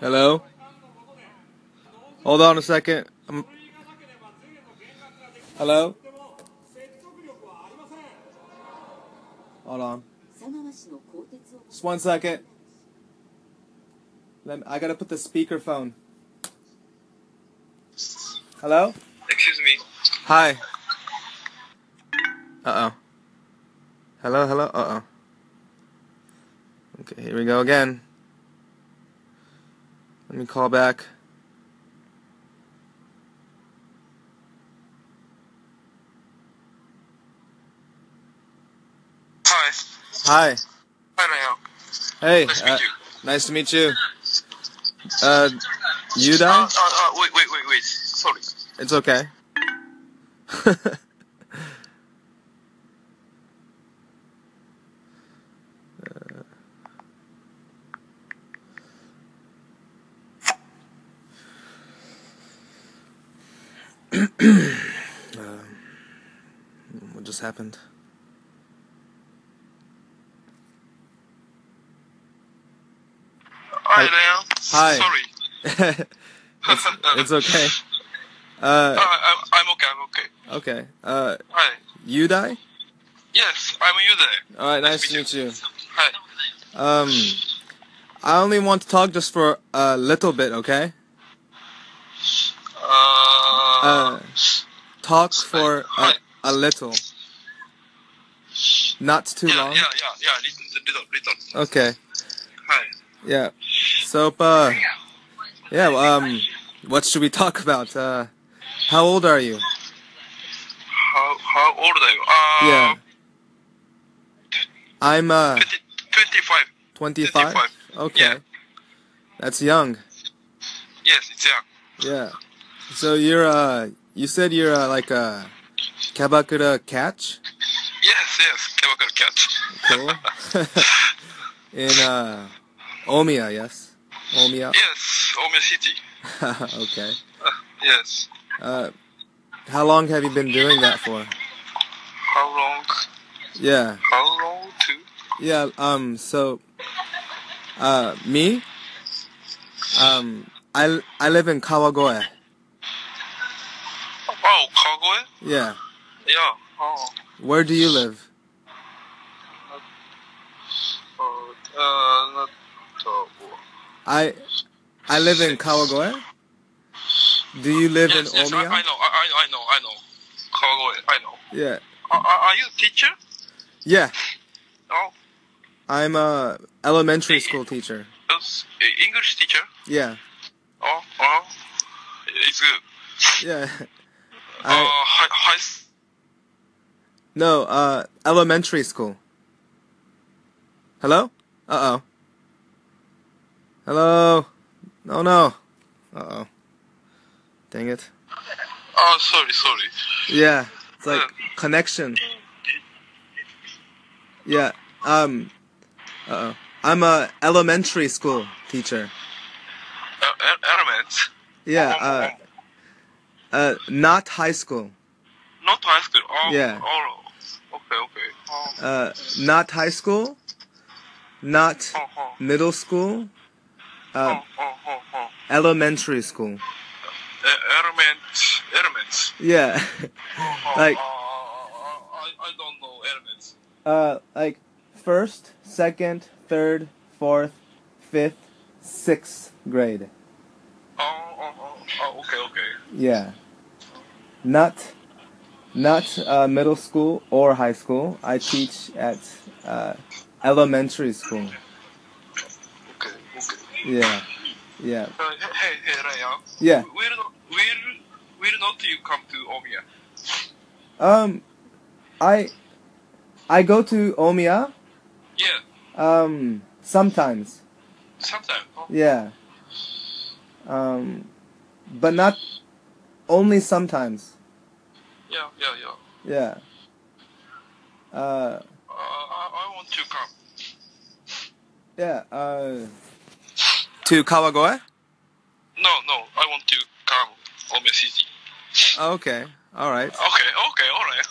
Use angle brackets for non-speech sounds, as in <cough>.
Hello? Hold on a second. Um, I'm- Hello? Hold on. 佐川氏の鋼鉄を Just one second. Let me, I gotta put the speakerphone. Hello? Excuse me. Hi. Uh oh. Hello, hello, uh oh. Okay, here we go again. Let me call back. Hi. Hi. Hi, Hey. Mayo. Nice to meet uh, you. Nice to meet you. Uh, you Uh, die? uh, uh, wait, wait, wait, wait. Sorry. It's okay. <laughs> what just happened? <laughs> Hi, Mayo. Hi. Sorry. it's, it's okay. <laughs> Uh, Uh, I, I'm okay, I'm okay. okay. Uh, Hi. you die? Yes, I'm you there. All right. Nice to meet you. Hi. Um, I only want to talk just for a little bit, okay? Uh, Uh, talk for a, a little, not too yeah, long. yeah, yeah, yeah. Little, little, little. Okay. Hi. Yeah. So, uh, yeah. well, Um, what should we <laughs> talk about? Uh, how old are you? How, how old are you? Uh, Yeah. I'm uh 20, 25. 25. Okay. Yeah. That's young. Yes, it's young. Yeah. So you're uh, you said you're uh, like a kabakura catch. Yes, yes. Chemical cat. Cool. <laughs> In uh, Omiya, yes. Omiya. <laughs> yes, Omi City. okay. Uh, yes. Uh, how long have you been doing that for? How long? Yeah, How long to? yeah. Um, so, uh, me, um, I I live in Kawagoe. Oh, Kagoe? Yeah. Yeah. Oh. Where do you live? Oh, uh, not Kagoe. I I live in Kawagoe. Do you live in Yes, yes, I, I Omiya? know, I, I I know, I know. Kagoe, I know. Yeah. Are, are are you a teacher? Yeah. Oh, I'm a elementary school teacher. yes. E- English teacher? Yeah. Oh, oh. It's good. Yeah. <laughs> Uh, I high, high, s- no. Uh, elementary school. Hello? Uh oh. Hello? Oh no. Uh oh. Dang it. oh, sorry, sorry. Yeah. It's like connection. Yeah. Um uh oh. I'm a elementary school teacher. Uh, e- element? Yeah, uh uh not high school. Not high school. Oh, Yeah. Oh, okay, okay. Oh, Uh not high school, not oh, oh. middle school, uh Oh, oh, oh, oh. elementary school. Uh, element, elements. Yeah. <laughs> Oh, Like- uh, I, I don't know elements. uh like first, second, third, fourth, fifth, sixth grade. Oh, oh, oh, oh, okay, okay. Yeah. Not not uh, middle school or high school. I teach at uh, elementary school. Okay, okay. Yeah. Yeah. Uh, he- hey, hey, Ryan. Yeah. Will, not- will, will not you come to Omiya? Um I I go to Omiya Yeah, um sometimes. sometime. Oh, Yeah. Um but not only sometimes. yeah, yeah, yeah. Yeah. Uh Uh, I, I want to come. yeah, uh to Kawagoe? No, no, I want to come Omiya City. Oh, Okay. All right. <laughs> Okay, okay, alright.